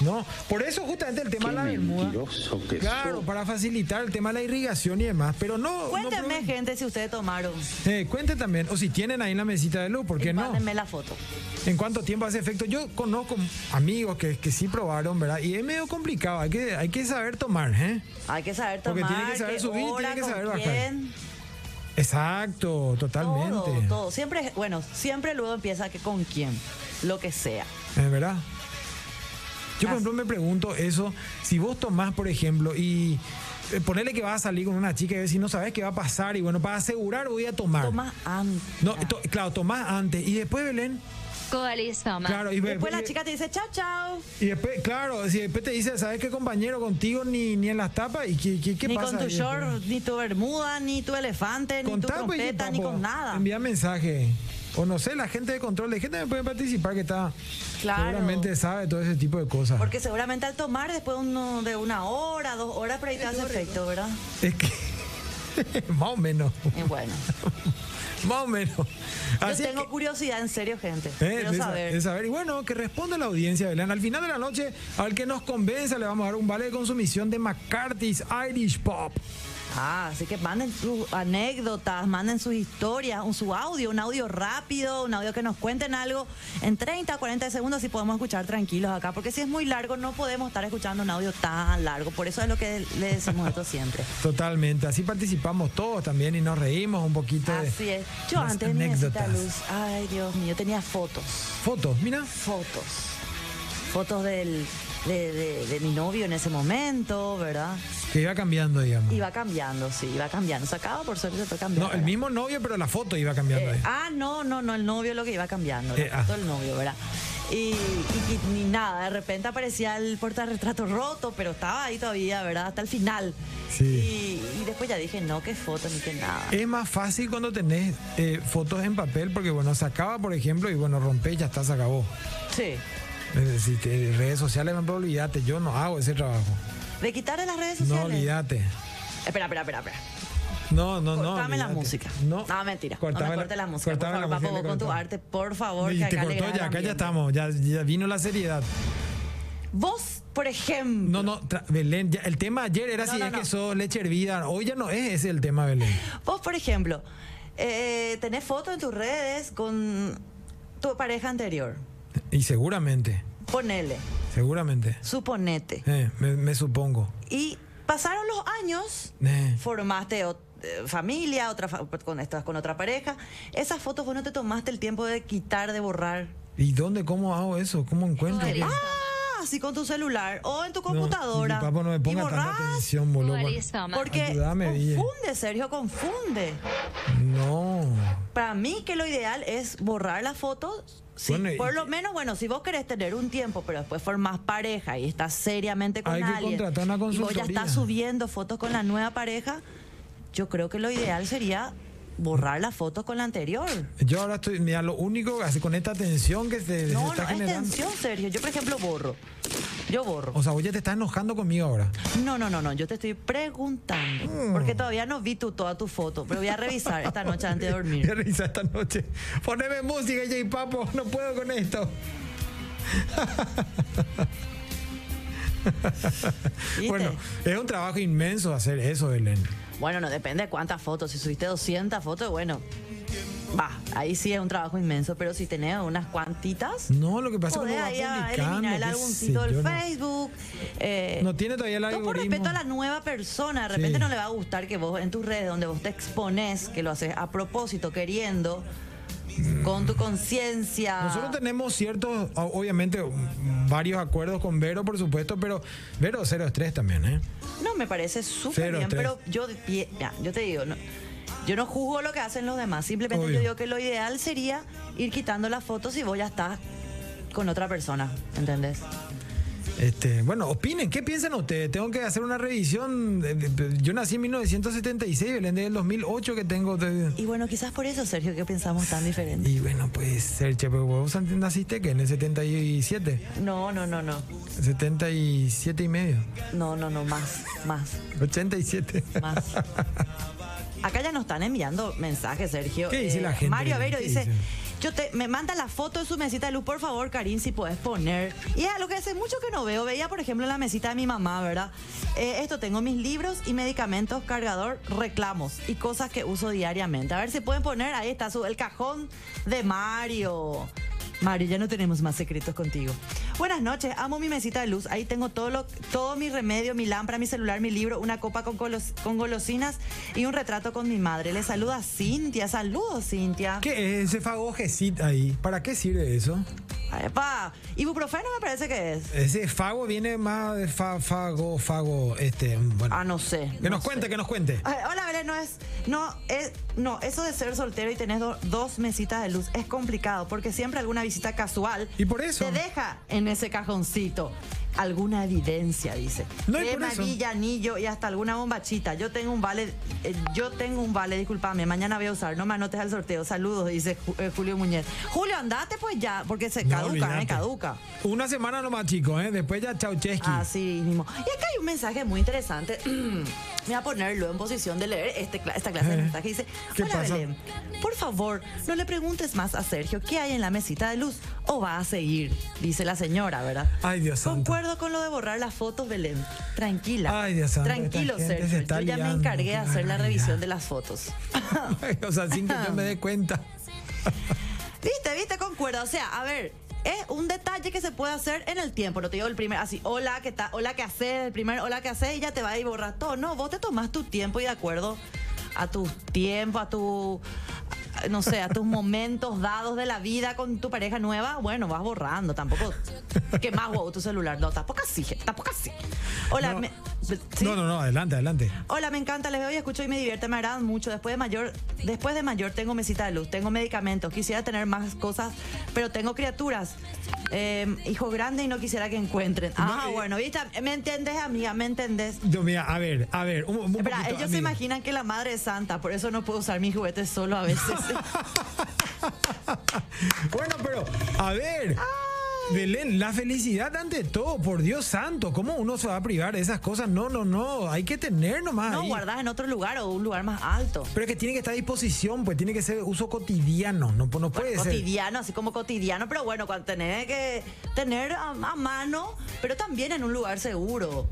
[SPEAKER 2] No. Por eso justamente el tema
[SPEAKER 4] Qué
[SPEAKER 2] de la bermuda.
[SPEAKER 4] mentiroso que
[SPEAKER 2] Claro,
[SPEAKER 4] sos.
[SPEAKER 2] para facilitar el tema de la irrigación y demás. Pero no. no
[SPEAKER 1] Cuéntenme,
[SPEAKER 2] probé.
[SPEAKER 1] gente, si ustedes tomaron.
[SPEAKER 2] Eh, cuente también, o si tienen ahí en la mesita de luz, ¿por qué no?
[SPEAKER 1] Mándenme la foto.
[SPEAKER 2] ¿En cuánto tiempo hace efecto? Yo conozco amigos que, que sí probaron, ¿verdad? Y es medio complicado, hay que, hay que saber tomar, ¿eh?
[SPEAKER 1] Hay que saber tomar.
[SPEAKER 2] Porque tiene que saber
[SPEAKER 1] qué
[SPEAKER 2] subir, tiene
[SPEAKER 1] hora,
[SPEAKER 2] que
[SPEAKER 1] con
[SPEAKER 2] saber bajar.
[SPEAKER 1] quién,
[SPEAKER 2] Exacto, totalmente.
[SPEAKER 1] Todo, todo. Siempre, bueno, siempre luego empieza que con quién, lo que sea.
[SPEAKER 2] Es verdad.
[SPEAKER 1] Así.
[SPEAKER 2] Yo, por ejemplo, me pregunto eso, si vos tomás, por ejemplo, y eh, ponele que vas a salir con una chica y decís, no sabes qué va a pasar, y bueno, para asegurar voy a tomar.
[SPEAKER 1] Toma antes.
[SPEAKER 2] No, to- claro, tomás antes. Y después, Belén,
[SPEAKER 5] Coalizoma.
[SPEAKER 2] claro, y,
[SPEAKER 1] Después la
[SPEAKER 2] y-
[SPEAKER 1] chica te dice, chao, chao.
[SPEAKER 2] Y después, claro, si después te dice, ¿sabes qué compañero? Contigo ni, ni en las tapas, ¿y qué, qué, qué
[SPEAKER 1] Ni
[SPEAKER 2] pasa?
[SPEAKER 1] con tu
[SPEAKER 2] ahí
[SPEAKER 1] short,
[SPEAKER 2] después?
[SPEAKER 1] ni tu bermuda, ni tu elefante, ni tu
[SPEAKER 2] Contá, pues,
[SPEAKER 1] trompeta, ni
[SPEAKER 2] papo,
[SPEAKER 1] con nada.
[SPEAKER 2] Envía mensaje. O no sé, la gente de control, la gente que puede participar que está.
[SPEAKER 1] Claro.
[SPEAKER 2] Seguramente sabe todo ese tipo de cosas.
[SPEAKER 1] Porque seguramente al tomar después uno de una hora, dos horas, por ahí te hace efecto, ¿verdad?
[SPEAKER 2] Es que. más o menos.
[SPEAKER 1] Y bueno,
[SPEAKER 2] Más o menos. Así
[SPEAKER 1] yo
[SPEAKER 2] es
[SPEAKER 1] tengo
[SPEAKER 2] que-
[SPEAKER 1] curiosidad, en serio, gente.
[SPEAKER 2] Eh,
[SPEAKER 1] Quiero
[SPEAKER 2] de sa-
[SPEAKER 1] saber.
[SPEAKER 2] de saber. Y bueno, que responda la audiencia, Belén. Al final de la noche, al que nos convenza, le vamos a dar un vale de consumición de McCarthy's Irish Pop.
[SPEAKER 1] Ah, así que manden sus anécdotas, manden sus historias, un, su audio, un audio rápido, un audio que nos cuenten algo en 30, 40 segundos si podemos escuchar tranquilos acá, porque si es muy largo no podemos estar escuchando un audio tan largo, por eso es lo que le decimos esto siempre.
[SPEAKER 2] Totalmente, así participamos todos también y nos reímos un poquito. de
[SPEAKER 1] Así es. Yo
[SPEAKER 2] las
[SPEAKER 1] antes de mi mesita de luz, ay Dios mío, tenía fotos,
[SPEAKER 2] Fotos, mira.
[SPEAKER 1] fotos, fotos del, de, de- de mi novio en ese momento, ¿verdad?
[SPEAKER 2] Que iba cambiando, digamos.
[SPEAKER 1] Iba cambiando, sí, iba cambiando. Sacaba por suerte, se fue cambiando.
[SPEAKER 2] No, el
[SPEAKER 1] ¿verdad?
[SPEAKER 2] mismo novio, pero la foto iba cambiando.
[SPEAKER 1] Eh,
[SPEAKER 2] ahí.
[SPEAKER 1] ah, no, no, no, el novio lo que iba cambiando,
[SPEAKER 2] Eh, ah.
[SPEAKER 1] todo el novio, ¿verdad? Y, y- y ni nada, de repente aparecía el portarretrato roto, pero estaba ahí todavía, ¿verdad? Hasta el final.
[SPEAKER 2] Sí. Eh.
[SPEAKER 1] Y, y después ya dije, no, qué foto, ni qué nada.
[SPEAKER 2] Es más fácil cuando tenés eh, fotos en papel, porque bueno, sacaba, por ejemplo, y bueno, rompé, ya está, se acabó.
[SPEAKER 1] Sí.
[SPEAKER 2] Es decir, te- redes sociales, por ejemplo, olvídate, yo no hago ese trabajo.
[SPEAKER 1] De quitarle las redes
[SPEAKER 2] No,
[SPEAKER 1] sociales.
[SPEAKER 2] olvídate.
[SPEAKER 1] espera, espera, espera, espera.
[SPEAKER 2] No, no, no.
[SPEAKER 1] Cortame la
[SPEAKER 2] olvídate.
[SPEAKER 1] música.
[SPEAKER 2] No,
[SPEAKER 1] mentira. no
[SPEAKER 2] Cortame
[SPEAKER 1] me corte la, música. Por
[SPEAKER 2] cortame
[SPEAKER 1] favor,
[SPEAKER 2] la
[SPEAKER 1] Papo,
[SPEAKER 2] música,
[SPEAKER 1] vos con tu
[SPEAKER 2] cortame.
[SPEAKER 1] arte, por favor.
[SPEAKER 2] Y
[SPEAKER 1] que
[SPEAKER 2] te
[SPEAKER 1] acá le
[SPEAKER 2] cortó
[SPEAKER 1] gana el
[SPEAKER 2] ya, acá ya
[SPEAKER 1] ambiente.
[SPEAKER 2] estamos, ya, ya vino la seriedad.
[SPEAKER 1] Vos, por ejemplo.
[SPEAKER 2] No, no, tra- Belén, ya, el tema ayer era
[SPEAKER 1] No,
[SPEAKER 2] si
[SPEAKER 1] no,
[SPEAKER 2] es
[SPEAKER 1] no.
[SPEAKER 2] que sos leche hervida. Hoy ya no es ese el tema, Belén.
[SPEAKER 1] Vos, por ejemplo, eh, tenés fotos en tus redes con tu pareja anterior.
[SPEAKER 2] Y seguramente,
[SPEAKER 1] Ponele,
[SPEAKER 2] seguramente.
[SPEAKER 1] suponete.
[SPEAKER 2] Eh, me, me supongo.
[SPEAKER 1] Y pasaron los años,
[SPEAKER 2] Eh.
[SPEAKER 1] formaste ot- eh, familia, otra fa- pues, con, estás con otra pareja. Esas fotos vos no te tomaste el tiempo de quitar, de borrar.
[SPEAKER 2] ¿Y dónde, cómo hago eso? ¿Cómo encuentro?
[SPEAKER 5] Coalizoma.
[SPEAKER 2] No,
[SPEAKER 1] Ah, así con tu celular o en tu
[SPEAKER 2] y mi
[SPEAKER 1] computadora.
[SPEAKER 2] papá no me
[SPEAKER 1] y
[SPEAKER 2] ponga tanta
[SPEAKER 1] borrás.
[SPEAKER 2] atención, boludo.
[SPEAKER 5] Coalizoma.
[SPEAKER 1] Porque
[SPEAKER 2] Ayúdame, Ville.
[SPEAKER 1] confunde, Sergio, confunde.
[SPEAKER 2] No.
[SPEAKER 1] Para mí que lo ideal es borrar las fotos. Sí,
[SPEAKER 2] Bueno, y-
[SPEAKER 1] por lo menos, bueno, si vos querés tener un tiempo, pero después formás pareja y estás seriamente con
[SPEAKER 2] Hay que
[SPEAKER 1] alguien.
[SPEAKER 2] contratar una
[SPEAKER 1] y vos ya
[SPEAKER 2] consultoría.
[SPEAKER 1] estás subiendo fotos con la nueva pareja, yo creo que lo ideal sería borrar las fotos con la anterior.
[SPEAKER 2] Yo ahora estoy, mira, lo único, así con esta tensión que se, se
[SPEAKER 1] No, no,
[SPEAKER 2] está
[SPEAKER 1] es
[SPEAKER 2] generando. Oh.
[SPEAKER 1] tensión, Sergio. Yo, por ejemplo, borro. Yo borro.
[SPEAKER 2] O sea, vos ya te estás enojando conmigo ahora.
[SPEAKER 1] No, no, no, no. Yo te estoy
[SPEAKER 2] Mm.
[SPEAKER 1] preguntando. Porque todavía no vi tu, toda tu foto. Pero voy a revisar esta noche antes de
[SPEAKER 2] Qué
[SPEAKER 1] dormir.
[SPEAKER 2] risa esta noche. Poneme música, J Papo, no puedo con esto.
[SPEAKER 1] ¿Viste?
[SPEAKER 2] Bueno, es un trabajo inmenso hacer eso, Belén.
[SPEAKER 1] Bueno, no depende de cuántas fotos. Si subiste 200 fotos, bueno, va, ahí sí es un trabajo inmenso, pero si tenés unas cuantitas,
[SPEAKER 2] No, lo que pasa es que
[SPEAKER 1] podés
[SPEAKER 2] uno va
[SPEAKER 1] ahí a
[SPEAKER 2] publicando.
[SPEAKER 1] eliminar el
[SPEAKER 2] qué
[SPEAKER 1] álbumcito
[SPEAKER 2] sé
[SPEAKER 1] del
[SPEAKER 2] yo, no-
[SPEAKER 1] Facebook. eh,
[SPEAKER 2] No tiene todavía el
[SPEAKER 1] todo por
[SPEAKER 2] algoritmo.
[SPEAKER 1] respeto a la nueva persona, de repente
[SPEAKER 2] Sí.
[SPEAKER 1] no le va a gustar que vos en tus redes donde vos te expones, que lo haces a propósito, queriendo, con tu conciencia.
[SPEAKER 2] Nosotros tenemos ciertos, o- obviamente, varios acuerdos con Vero, por supuesto, pero Vero cero estrés también, ¿eh?
[SPEAKER 1] No, me parece súper
[SPEAKER 2] Cero,
[SPEAKER 1] bien,
[SPEAKER 2] tres.
[SPEAKER 1] pero yo, pi- ya, yo te digo, no, yo no juzgo lo que hacen los demás, simplemente
[SPEAKER 2] Obvio.
[SPEAKER 1] yo digo que lo ideal sería ir quitando las fotos y vos ya estás con otra persona, ¿entendés?
[SPEAKER 2] Este, bueno, opinen, ¿qué piensan ustedes? Tengo que hacer una revisión. de- de- Yo nací en 1976, Belén del 2008 que tengo. de-
[SPEAKER 1] Y bueno, quizás por eso, Sergio, que pensamos tan diferente.
[SPEAKER 2] Y bueno, puede ser, che, pero vos naciste que en el 77,
[SPEAKER 1] No, no, no, no,
[SPEAKER 2] 77 y medio,
[SPEAKER 1] no, no, no, más, más,
[SPEAKER 2] 87.
[SPEAKER 1] más. Acá ya nos están enviando mensajes, Sergio. Eh,
[SPEAKER 2] ¿Qué dice la gente,
[SPEAKER 1] Mario
[SPEAKER 2] Belén?
[SPEAKER 1] Aveiro
[SPEAKER 2] ¿Qué
[SPEAKER 1] dice,
[SPEAKER 2] dice?
[SPEAKER 1] yo te, me manda la foto de su mesita de luz, por favor, Karim, si puedes poner. Y es algo que hace mucho que no veo. Veía, por ejemplo, en la mesita de mi mamá, ¿verdad? Eh, esto, tengo mis libros y medicamentos, cargador, reclamos y cosas que uso diariamente. A ver si pueden poner, ahí está su, el cajón de Mario. Mario, ya no tenemos más secretos contigo. Buenas noches, amo mi mesita de luz. Ahí tengo todo, lo, todo mi remedio, mi lámpara, mi celular, mi libro, una copa con, golos- con golosinas y un retrato con mi madre. Le saluda Cintia. Saludos, Cintia.
[SPEAKER 2] ¿Qué es ese fagojecito ahí? ¿Para qué sirve eso?
[SPEAKER 1] Epa, ibuprofeno me parece que es.
[SPEAKER 2] Ese fago viene más de fa- fago, fago, este, bueno.
[SPEAKER 1] Ah, no sé.
[SPEAKER 2] que
[SPEAKER 1] no
[SPEAKER 2] nos
[SPEAKER 1] sé.
[SPEAKER 2] cuente, que nos cuente.
[SPEAKER 1] Ay, hola, Belén, no es, no es, no, eso de ser soltero y tener do- dos mesitas de luz es complicado porque siempre alguna visita casual
[SPEAKER 2] Y por eso.
[SPEAKER 1] te deja en ese cajoncito alguna evidencia, dice.
[SPEAKER 2] No, y por
[SPEAKER 1] Crema,
[SPEAKER 2] eso.
[SPEAKER 1] anilla, anillo y hasta alguna bombachita. Yo tengo un vale, eh, yo tengo un vale, discúlpame, mañana voy a usar, no me anotes al sorteo. Saludos, dice Ju- eh, Julio Muñez. Julio, andate pues ya, porque se
[SPEAKER 2] No,
[SPEAKER 1] caduca,
[SPEAKER 2] olvídate.
[SPEAKER 1] eh, caduca. Ah,
[SPEAKER 2] Una semana nomás, chicos, ¿eh? Después ya Chauchesky.
[SPEAKER 1] Así mismo. Y acá hay un mensaje muy interesante. Me voy a ponerlo en posición de leer este, cla- esta clase de
[SPEAKER 2] Eh,
[SPEAKER 1] mensaje. Dice,
[SPEAKER 2] ¿qué
[SPEAKER 1] hola
[SPEAKER 2] pasa?
[SPEAKER 1] Belén, por favor, no le preguntes más a Sergio qué hay en la mesita de luz o va a seguir, dice la señora, ¿verdad?
[SPEAKER 2] Ay, Dios santo.
[SPEAKER 1] Concuerdo con lo de borrar las fotos, Belén. Tranquila.
[SPEAKER 2] Ay, Dios santo,
[SPEAKER 1] Tranquilo,
[SPEAKER 2] esta gente se
[SPEAKER 1] Sergio.
[SPEAKER 2] está
[SPEAKER 1] Yo ya me
[SPEAKER 2] liando,
[SPEAKER 1] encargué de
[SPEAKER 2] qué
[SPEAKER 1] hacer la
[SPEAKER 2] barbaridad.
[SPEAKER 1] revisión de las fotos.
[SPEAKER 2] o sea, sin que yo me dé cuenta.
[SPEAKER 1] Viste, viste, concuerda. O sea, a ver, es un detalle que se puede hacer en el tiempo. No te digo el primer, así, hola, ¿qué tal? Hola, ¿qué haces? El primer, hola, ¿qué haces? Y ya te va y borras todo. No, vos te tomás tu tiempo y de acuerdo a tu tiempo, a tu, a- no sé, a tus momentos dados de la vida con tu pareja nueva, bueno, vas borrando. Tampoco que más wow tu celular. No, tampoco así, gente, tampoco así. Hola,
[SPEAKER 2] No.
[SPEAKER 1] me- ¿sí?
[SPEAKER 2] No, no, no, adelante, adelante.
[SPEAKER 1] Hola, me encanta, les veo y escucho y me divierte, me agradan mucho. Después de mayor, después de mayor tengo mesita de luz, tengo medicamentos, quisiera tener más cosas, pero tengo criaturas. Eh, hijo grande y no quisiera que encuentren. Ah,
[SPEAKER 2] No, y-
[SPEAKER 1] bueno, ¿viste? ¿Me entendés, amiga? ¿Me entendés?
[SPEAKER 2] Yo, mira, a ver, a ver. Un, un
[SPEAKER 1] Espera,
[SPEAKER 2] poquito,
[SPEAKER 1] ellos se
[SPEAKER 2] amiga.
[SPEAKER 1] imaginan que la madre es santa, por eso no puedo usar mis juguetes solo a veces.
[SPEAKER 2] bueno, pero, a ver. Belén, la felicidad ante todo, por Dios santo, ¿cómo uno se va a privar de esas cosas? No, no, no, hay que tener nomás.
[SPEAKER 1] no,
[SPEAKER 2] ahí.
[SPEAKER 1] guardás en otro lugar o un lugar más alto.
[SPEAKER 2] Pero es que tiene que estar a disposición, pues tiene que ser uso cotidiano, no, no puede ser.
[SPEAKER 1] cotidiano, así como cotidiano, pero bueno, cuando tenés que tener a, a mano, pero también en un lugar seguro.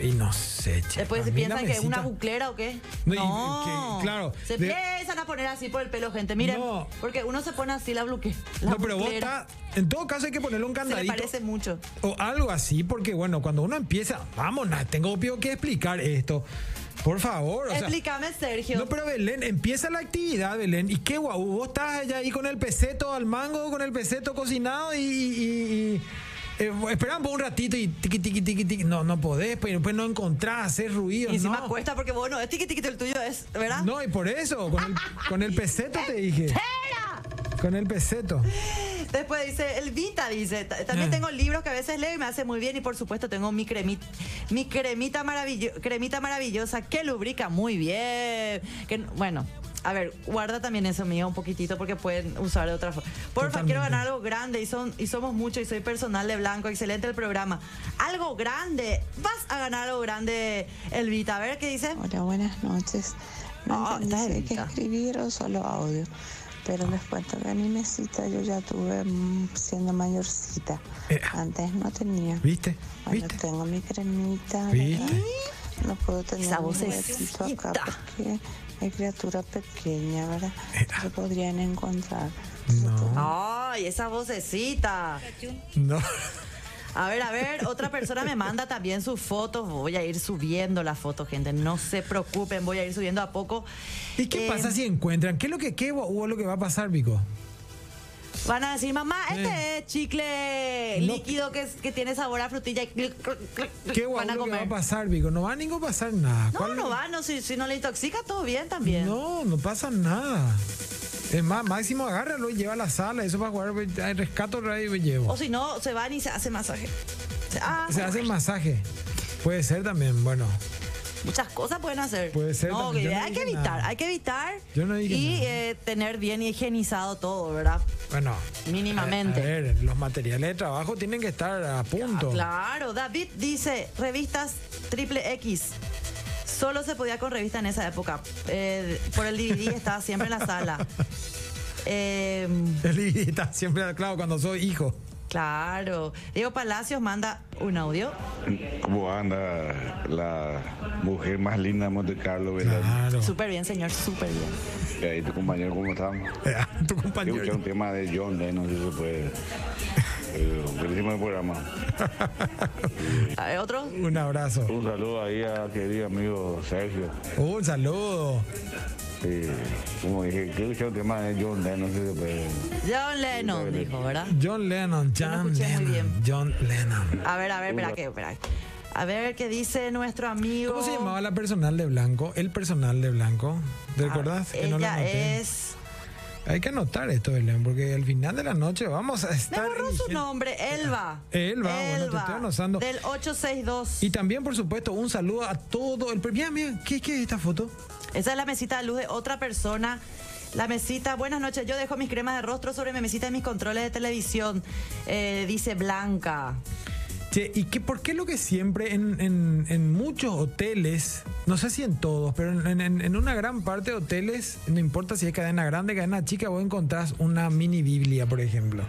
[SPEAKER 2] Y no sé, che.
[SPEAKER 1] Después
[SPEAKER 2] para mí la
[SPEAKER 1] piensan que es una
[SPEAKER 2] mesita-
[SPEAKER 1] buclera o qué.
[SPEAKER 2] No,
[SPEAKER 1] No,
[SPEAKER 2] y- que- claro,
[SPEAKER 1] Se
[SPEAKER 2] de-
[SPEAKER 1] empiezan a poner así por el pelo, gente. Miren,
[SPEAKER 2] No.
[SPEAKER 1] porque uno se pone así la bluque. la
[SPEAKER 2] No, pero vos
[SPEAKER 1] buclera.
[SPEAKER 2] está. En todo caso hay que ponerle un
[SPEAKER 1] Se le
[SPEAKER 2] candadito.
[SPEAKER 1] parece mucho.
[SPEAKER 2] O algo así, porque bueno, cuando uno empieza, vamos, na, tengo pío que explicar esto. Por favor, o sea,
[SPEAKER 1] Explícame, Sergio.
[SPEAKER 2] No, pero Belén, empieza la actividad, Belén. ¿Y qué guau? Vos estás allá ahí con el peseto al mango, con el peseto cocinado y. y- y- eh, esperan por un ratito y tiqui, tiqui, tiqui, tiqui. No, no podés, pues después no encontrás, hacer ruido.
[SPEAKER 1] y encima
[SPEAKER 2] no.
[SPEAKER 1] cuesta porque vos no es tiqui tiquito el tuyo es, ¿verdad?
[SPEAKER 2] No, y por eso, con el, con el peseto te dije. Con el peseto.
[SPEAKER 1] Después dice, Elvita dice, "Ta- también
[SPEAKER 2] Eh.
[SPEAKER 1] tengo libros que a veces leo y me hace muy bien y por supuesto tengo mi cremita, mi cremita, maravillo- cremita maravillosa que lubrica muy bien. Que, no- bueno, a ver, guarda también eso mío un poquitito porque pueden usar de otra forma. Porfa,
[SPEAKER 2] Totalmente.
[SPEAKER 1] quiero ganar algo grande y, son, y somos muchos y soy personal de blanco, excelente el programa. Algo grande, vas a ganar algo grande, Elvita. A ver qué dice.
[SPEAKER 4] Hola, buenas noches. No
[SPEAKER 1] Ah,
[SPEAKER 4] entendí
[SPEAKER 1] está
[SPEAKER 4] si hay que
[SPEAKER 1] Evita.
[SPEAKER 4] escribir o solo audio, pero les cuento que mi mesita yo ya tuve mm, siendo mayorcita.
[SPEAKER 2] Eh.
[SPEAKER 4] Antes no tenía.
[SPEAKER 2] ¿Viste?
[SPEAKER 4] Bueno,
[SPEAKER 2] ¿Viste?
[SPEAKER 4] tengo mi cremita.
[SPEAKER 2] ¿Viste?
[SPEAKER 4] ¿verdad? No puedo tener
[SPEAKER 1] Esa
[SPEAKER 4] un
[SPEAKER 1] vocecita.
[SPEAKER 4] juguetito acá porque hay criatura pequeña, ¿verdad?
[SPEAKER 2] Era.
[SPEAKER 4] Se podrían encontrar.
[SPEAKER 2] No.
[SPEAKER 1] Ay, esa vocecita.
[SPEAKER 2] No.
[SPEAKER 1] A ver, a ver, otra persona me manda también sus fotos. Voy a ir subiendo las fotos, gente. No se preocupen, voy a ir subiendo a poco.
[SPEAKER 2] ¿Y qué
[SPEAKER 1] Eh,
[SPEAKER 2] pasa si encuentran? ¿Qué es lo que qué o lo que va a pasar, Vico?
[SPEAKER 1] Van a decir, mamá, este
[SPEAKER 2] Eh.
[SPEAKER 1] es chicle
[SPEAKER 2] No.
[SPEAKER 1] líquido que, es- que tiene sabor a frutilla. y clic, clic, clic, clic,
[SPEAKER 2] ¿Qué guau
[SPEAKER 1] van a
[SPEAKER 2] lo que va a
[SPEAKER 1] comer.
[SPEAKER 2] pasar, Vico? No va a ningún pasar nada.
[SPEAKER 1] No,
[SPEAKER 2] ¿Cuál-
[SPEAKER 1] no va, no, si, si no le intoxica, todo bien también.
[SPEAKER 2] No, no pasa nada. Es más, máximo agárralo y lleva a la sala. Eso para jugar, ay, rescato y me llevo.
[SPEAKER 1] O si no, se van y se hace masaje. Ah,
[SPEAKER 2] Se hace masaje. Puede ser también, bueno.
[SPEAKER 1] Muchas cosas pueden hacer.
[SPEAKER 2] Puede ser
[SPEAKER 1] No,
[SPEAKER 2] también.
[SPEAKER 1] que
[SPEAKER 2] Yo no
[SPEAKER 1] hay que
[SPEAKER 2] dije
[SPEAKER 1] evitar,
[SPEAKER 2] nada.
[SPEAKER 1] hay que evitar.
[SPEAKER 2] Yo no dije
[SPEAKER 1] y
[SPEAKER 2] nada.
[SPEAKER 1] eh, tener bien higienizado todo, ¿verdad?
[SPEAKER 2] Bueno.
[SPEAKER 1] Mínimamente.
[SPEAKER 2] A ver, los materiales de trabajo tienen que estar a punto.
[SPEAKER 1] Claro, David dice, revistas triple X. Solo se podía con revista en esa época. Eh, por el DVD estaba siempre en la sala. Eh,
[SPEAKER 2] El DVD está siempre claro cuando soy hijo.
[SPEAKER 1] claro. Diego Palacios manda un audio.
[SPEAKER 5] ¿Cómo anda la mujer más linda de Monte Carlo? ¿verdad?
[SPEAKER 2] Claro.
[SPEAKER 1] Súper bien, señor, súper bien.
[SPEAKER 5] Y ahí tu compañero, ¿cómo estamos?
[SPEAKER 2] tu
[SPEAKER 5] Yo escuché
[SPEAKER 2] compañero.
[SPEAKER 5] un tema de John Lennon, si se puede. Eh, Buenísimo el programa.
[SPEAKER 1] A ver, otro.
[SPEAKER 2] Un abrazo.
[SPEAKER 5] Un saludo ahí a querido amigo Sergio.
[SPEAKER 2] Un saludo.
[SPEAKER 5] Eh, como dije, yo escuché un tema de John Lennon, si se puede.
[SPEAKER 1] John Lennon dijo, ¿verdad?
[SPEAKER 2] John Lennon, John
[SPEAKER 1] escuché muy
[SPEAKER 2] Lennon.
[SPEAKER 1] bien.
[SPEAKER 2] John Lennon.
[SPEAKER 1] A ver, a ver, espera, que, espera. A ver qué dice nuestro amigo.
[SPEAKER 2] ¿Cómo se llamaba la personal de blanco? El personal de blanco. ¿Te acordás? Que no lo
[SPEAKER 1] Ah, Ella
[SPEAKER 2] anoté.
[SPEAKER 1] es...
[SPEAKER 2] Hay que anotar esto, Belén, porque al final de la noche vamos a
[SPEAKER 1] Me
[SPEAKER 2] estar.
[SPEAKER 1] borró su
[SPEAKER 2] eligiendo-
[SPEAKER 1] nombre, Elba.
[SPEAKER 2] Elba, bueno, te estoy anotando.
[SPEAKER 1] Del 862.
[SPEAKER 2] Y también, por supuesto, un saludo a todo el. Mira, mira, ¿qué, qué es esta foto?
[SPEAKER 1] Esa es la mesita de luz de otra persona. La mesita, buenas noches, yo dejo mis cremas de rostro sobre mi mesita y mis controles de televisión, eh, dice Blanca.
[SPEAKER 2] Che, ¿y qué, por qué lo que siempre en, en- en muchos hoteles, no sé si en todos, pero en, en- en una gran parte de hoteles, no importa si es cadena grande, cadena chica, vos encontrás una mini Biblia, por ejemplo.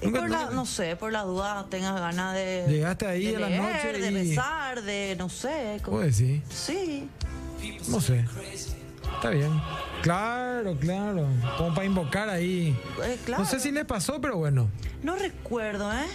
[SPEAKER 1] Y
[SPEAKER 2] Nunca-
[SPEAKER 1] por la-
[SPEAKER 2] nunca-
[SPEAKER 1] no sé, por la duda tengas ganas de...
[SPEAKER 2] Llegaste ahí
[SPEAKER 1] de
[SPEAKER 2] a la
[SPEAKER 1] leer,
[SPEAKER 2] noche
[SPEAKER 1] De
[SPEAKER 2] y-
[SPEAKER 1] rezar, de no sé. como-
[SPEAKER 2] Vos decís,
[SPEAKER 1] Sí.
[SPEAKER 2] no sé. Está bien. Claro, claro. Como para invocar ahí.
[SPEAKER 1] Eh, claro.
[SPEAKER 2] No sé si le pasó, pero bueno.
[SPEAKER 1] No recuerdo, ¿eh?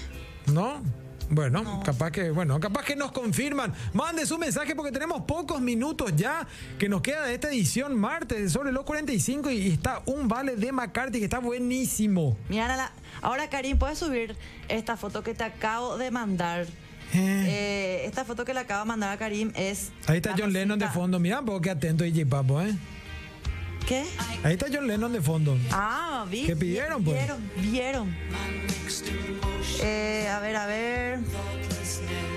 [SPEAKER 2] ¿No? Bueno, capaz que, bueno, capaz que nos confirman. Mande su mensaje porque tenemos pocos minutos ya que nos queda de esta edición martes de sobre los 45 y, y está un vale de McCarthy que está buenísimo.
[SPEAKER 1] Mira, la... ahora Karim, ¿puedes subir esta foto que te acabo de mandar?
[SPEAKER 2] Eh.
[SPEAKER 1] Eh, esta foto que le acabo de mandar a Karim es...
[SPEAKER 2] Ahí está
[SPEAKER 1] la
[SPEAKER 2] John Lennon de
[SPEAKER 1] mesita-
[SPEAKER 2] fondo. Mirá, un poco qué atento DJ Papo, ¿eh?
[SPEAKER 1] ¿Qué?
[SPEAKER 2] Ahí está John Lennon de fondo.
[SPEAKER 1] Ah, vi.
[SPEAKER 2] ¿Qué pidieron, pues?
[SPEAKER 1] Vieron, vieron. Eh, a ver, a ver.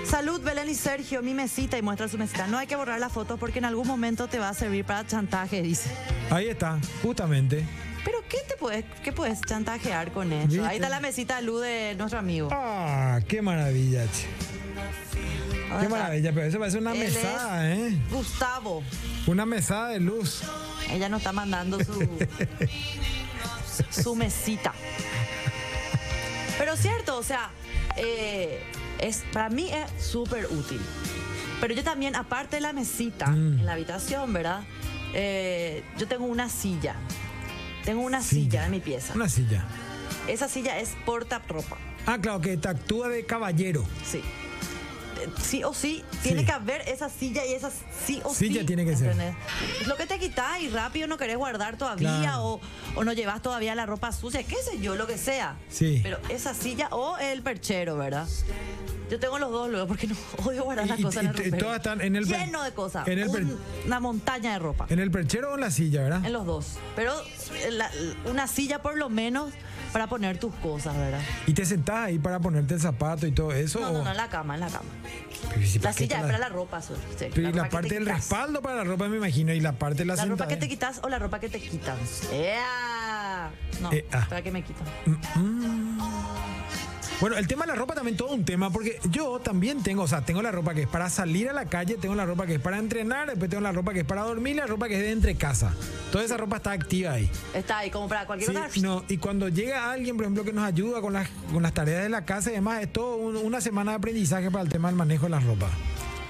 [SPEAKER 1] Salud, Belén y Sergio, mi mesita y muestra su mesita. No hay que borrar la foto porque en algún momento te va a servir para chantaje, dice.
[SPEAKER 2] Ahí está, justamente.
[SPEAKER 1] Pero ¿qué te puedes, qué puedes chantajear con eso?
[SPEAKER 2] ¿Viste?
[SPEAKER 1] Ahí está la mesita de luz de nuestro amigo.
[SPEAKER 2] Ah, qué maravilla, che.
[SPEAKER 1] Ahora
[SPEAKER 2] Qué
[SPEAKER 1] está.
[SPEAKER 2] maravilla, pero eso parece una
[SPEAKER 1] Él es
[SPEAKER 2] mesada, ¿eh?
[SPEAKER 1] Gustavo.
[SPEAKER 2] Una mesada de luz.
[SPEAKER 1] Ella nos está mandando su, su mesita. Pero cierto, o sea, eh, es, para mí es súper útil. Pero yo también, aparte de la mesita en la habitación, ¿verdad? Eh, yo tengo una silla. Tengo una silla,
[SPEAKER 2] Silla.
[SPEAKER 1] en mi pieza.
[SPEAKER 2] Una silla.
[SPEAKER 1] Esa silla es portapropa.
[SPEAKER 2] Ah, claro, que te actúa de caballero.
[SPEAKER 1] Sí. Eh, Sí o sí, tiene
[SPEAKER 2] Sí.
[SPEAKER 1] que haber esa silla y esa sí o sí.
[SPEAKER 2] Silla tiene que ser.
[SPEAKER 1] ser. Lo que te quitas y rápido no querés guardar todavía
[SPEAKER 2] Claro.
[SPEAKER 1] o, o no llevas todavía la ropa sucia, qué sé yo, lo que sea.
[SPEAKER 2] Sí.
[SPEAKER 1] Pero esa silla o el perchero, ¿verdad? Yo tengo los dos luego porque no odio guardar
[SPEAKER 2] Y-
[SPEAKER 1] las
[SPEAKER 2] y-
[SPEAKER 1] cosas en
[SPEAKER 2] y-
[SPEAKER 1] el
[SPEAKER 2] y
[SPEAKER 1] ropero.
[SPEAKER 2] todas están en el per-
[SPEAKER 1] Lleno de cosas.
[SPEAKER 2] en el per-
[SPEAKER 1] un- una montaña de ropa.
[SPEAKER 2] ¿En el perchero o en la silla, verdad?
[SPEAKER 1] En los dos. Pero eh, la- una silla por lo menos para poner tus cosas, ¿verdad?
[SPEAKER 2] ¿Y te sentás ahí para ponerte el zapato y todo eso?
[SPEAKER 1] No,
[SPEAKER 2] o-
[SPEAKER 1] no, no, en la cama, en la cama.
[SPEAKER 2] Pero si
[SPEAKER 1] La
[SPEAKER 2] ¿para qué
[SPEAKER 1] silla
[SPEAKER 2] te
[SPEAKER 1] es para la ropa, Sol, sí,
[SPEAKER 2] Pero y la
[SPEAKER 1] ropa que
[SPEAKER 2] parte
[SPEAKER 1] te
[SPEAKER 2] del
[SPEAKER 1] quitas.
[SPEAKER 2] respaldo para la ropa, me imagino, y la parte de la,
[SPEAKER 1] La
[SPEAKER 2] sentadera.
[SPEAKER 1] ropa que te quitas o la ropa que te quitan. ¡Ea! No,
[SPEAKER 2] Eh, ah.
[SPEAKER 1] para que me quitan.
[SPEAKER 2] Bueno, el tema de la ropa también todo un tema, porque yo también tengo, o sea, tengo la ropa que es para salir a la calle, tengo la ropa que es para entrenar, después tengo la ropa que es para dormir, la ropa que es de entre casa. Toda esa ropa está activa ahí.
[SPEAKER 1] Está ahí como para cualquier
[SPEAKER 2] Sí,
[SPEAKER 1] cosa.
[SPEAKER 2] no, y cuando llega alguien, por ejemplo, que nos ayuda con las, con las tareas de la casa y demás, es todo un- una semana de aprendizaje para el tema del manejo de las ropas.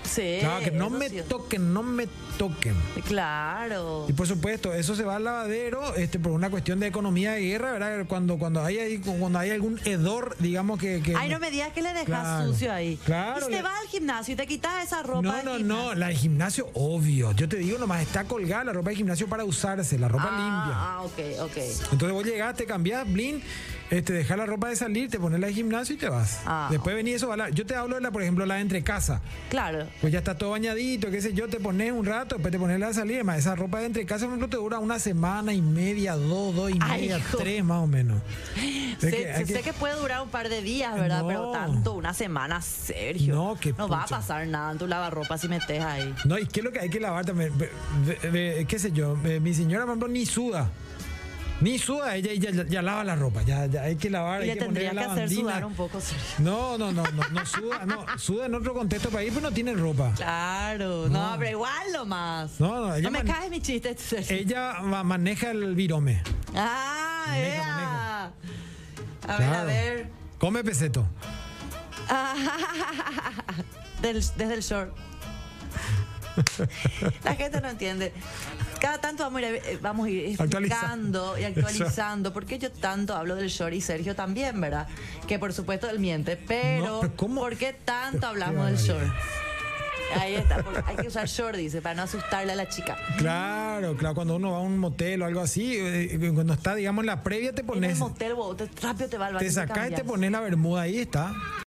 [SPEAKER 1] Sí.
[SPEAKER 2] Claro, que no
[SPEAKER 1] Eh, eso
[SPEAKER 2] me
[SPEAKER 1] sí.
[SPEAKER 2] toquen, no me toquen.
[SPEAKER 1] Claro.
[SPEAKER 2] Y por supuesto, eso se va al lavadero este, por una cuestión de economía de guerra, ¿verdad? Cuando, cuando, hay, ahí- cuando hay algún hedor, digamos que... que
[SPEAKER 1] Ay, no me digas que le dejas
[SPEAKER 2] Claro,
[SPEAKER 1] sucio ahí.
[SPEAKER 2] claro,
[SPEAKER 1] Y te
[SPEAKER 2] le-
[SPEAKER 1] vas al gimnasio y te quitas esa ropa.
[SPEAKER 2] No,
[SPEAKER 1] del
[SPEAKER 2] no,
[SPEAKER 1] gimnasio.
[SPEAKER 2] no, la del gimnasio, obvio. Yo te digo nomás, está colgada la ropa de gimnasio para usarse, la ropa limpia.
[SPEAKER 1] Ah, ah, ok, ok.
[SPEAKER 2] Entonces vos llegás, te cambiás, blin, este, dejar la ropa de salir, te pones la de gimnasio y te vas.
[SPEAKER 1] Ah.
[SPEAKER 2] Después venís eso, va a la- yo te hablo de la, por ejemplo, la de entre casa.
[SPEAKER 1] Claro.
[SPEAKER 2] Pues ya está todo bañadito, qué sé yo, te pones un rato, después te pones la de salir, más esa ropa de entre casa, por ejemplo, te dura una semana y media, dos, dos y
[SPEAKER 1] Ay,
[SPEAKER 2] media,
[SPEAKER 1] hijo.
[SPEAKER 2] tres más o menos. Es
[SPEAKER 1] Sé sé- sé
[SPEAKER 2] que hay
[SPEAKER 1] que,
[SPEAKER 2] que-
[SPEAKER 1] puede durar un par de días, ¿verdad?
[SPEAKER 2] No.
[SPEAKER 1] Pero tanto, una semana, Sergio.
[SPEAKER 2] No, que
[SPEAKER 1] No va a
[SPEAKER 2] pucha.
[SPEAKER 1] pasar nada en tu lavarropa si metes ahí.
[SPEAKER 2] No, y qué es lo que hay que lavar también. Ve- ve- ve- qué sé yo, eh, mi señora, por ejemplo, ni suda. Ni suda, ella ya, ya- ya lava la ropa, ya, ya hay que
[SPEAKER 1] Y
[SPEAKER 2] lavar, hay
[SPEAKER 1] le
[SPEAKER 2] que poner
[SPEAKER 1] tendrías que
[SPEAKER 2] la
[SPEAKER 1] hacer sudar
[SPEAKER 2] bandina.
[SPEAKER 1] un poco, Sergio.
[SPEAKER 2] No, no, no, no, no suda, no, suda en otro contexto para ir, pero no tiene ropa.
[SPEAKER 1] Claro, no,
[SPEAKER 2] No.
[SPEAKER 1] pero igual lo más.
[SPEAKER 2] No, no, ella
[SPEAKER 1] me
[SPEAKER 2] man-
[SPEAKER 1] caes mi chiste, Sergio.
[SPEAKER 2] Ella ma- maneja el virome.
[SPEAKER 1] Ah,
[SPEAKER 2] Eh, Maneja,
[SPEAKER 1] ea. A ver, a
[SPEAKER 2] claro.
[SPEAKER 1] ver.
[SPEAKER 2] Come peseto.
[SPEAKER 1] Del- desde el short. La gente no entiende. Cada tanto vamos a ir, eh, vamos a ir explicando y actualizando por qué yo tanto hablo del short y Sergio también, ¿verdad? Que por supuesto él miente, pero,
[SPEAKER 2] pero ¿cómo?
[SPEAKER 1] ¿por qué tanto
[SPEAKER 2] Pero qué
[SPEAKER 1] hablamos del
[SPEAKER 2] barbaridad.
[SPEAKER 1] short? Ahí está, por- hay que usar short, dice, para no asustarle a la chica.
[SPEAKER 2] Claro, claro, cuando uno va a un motel o algo así, eh, cuando está, digamos, en la previa te
[SPEAKER 1] En el
[SPEAKER 2] pones,
[SPEAKER 1] motel, vos, te- rápido te va al baño.
[SPEAKER 2] te sacás y te
[SPEAKER 1] cambias.
[SPEAKER 2] pones la bermuda, ahí está.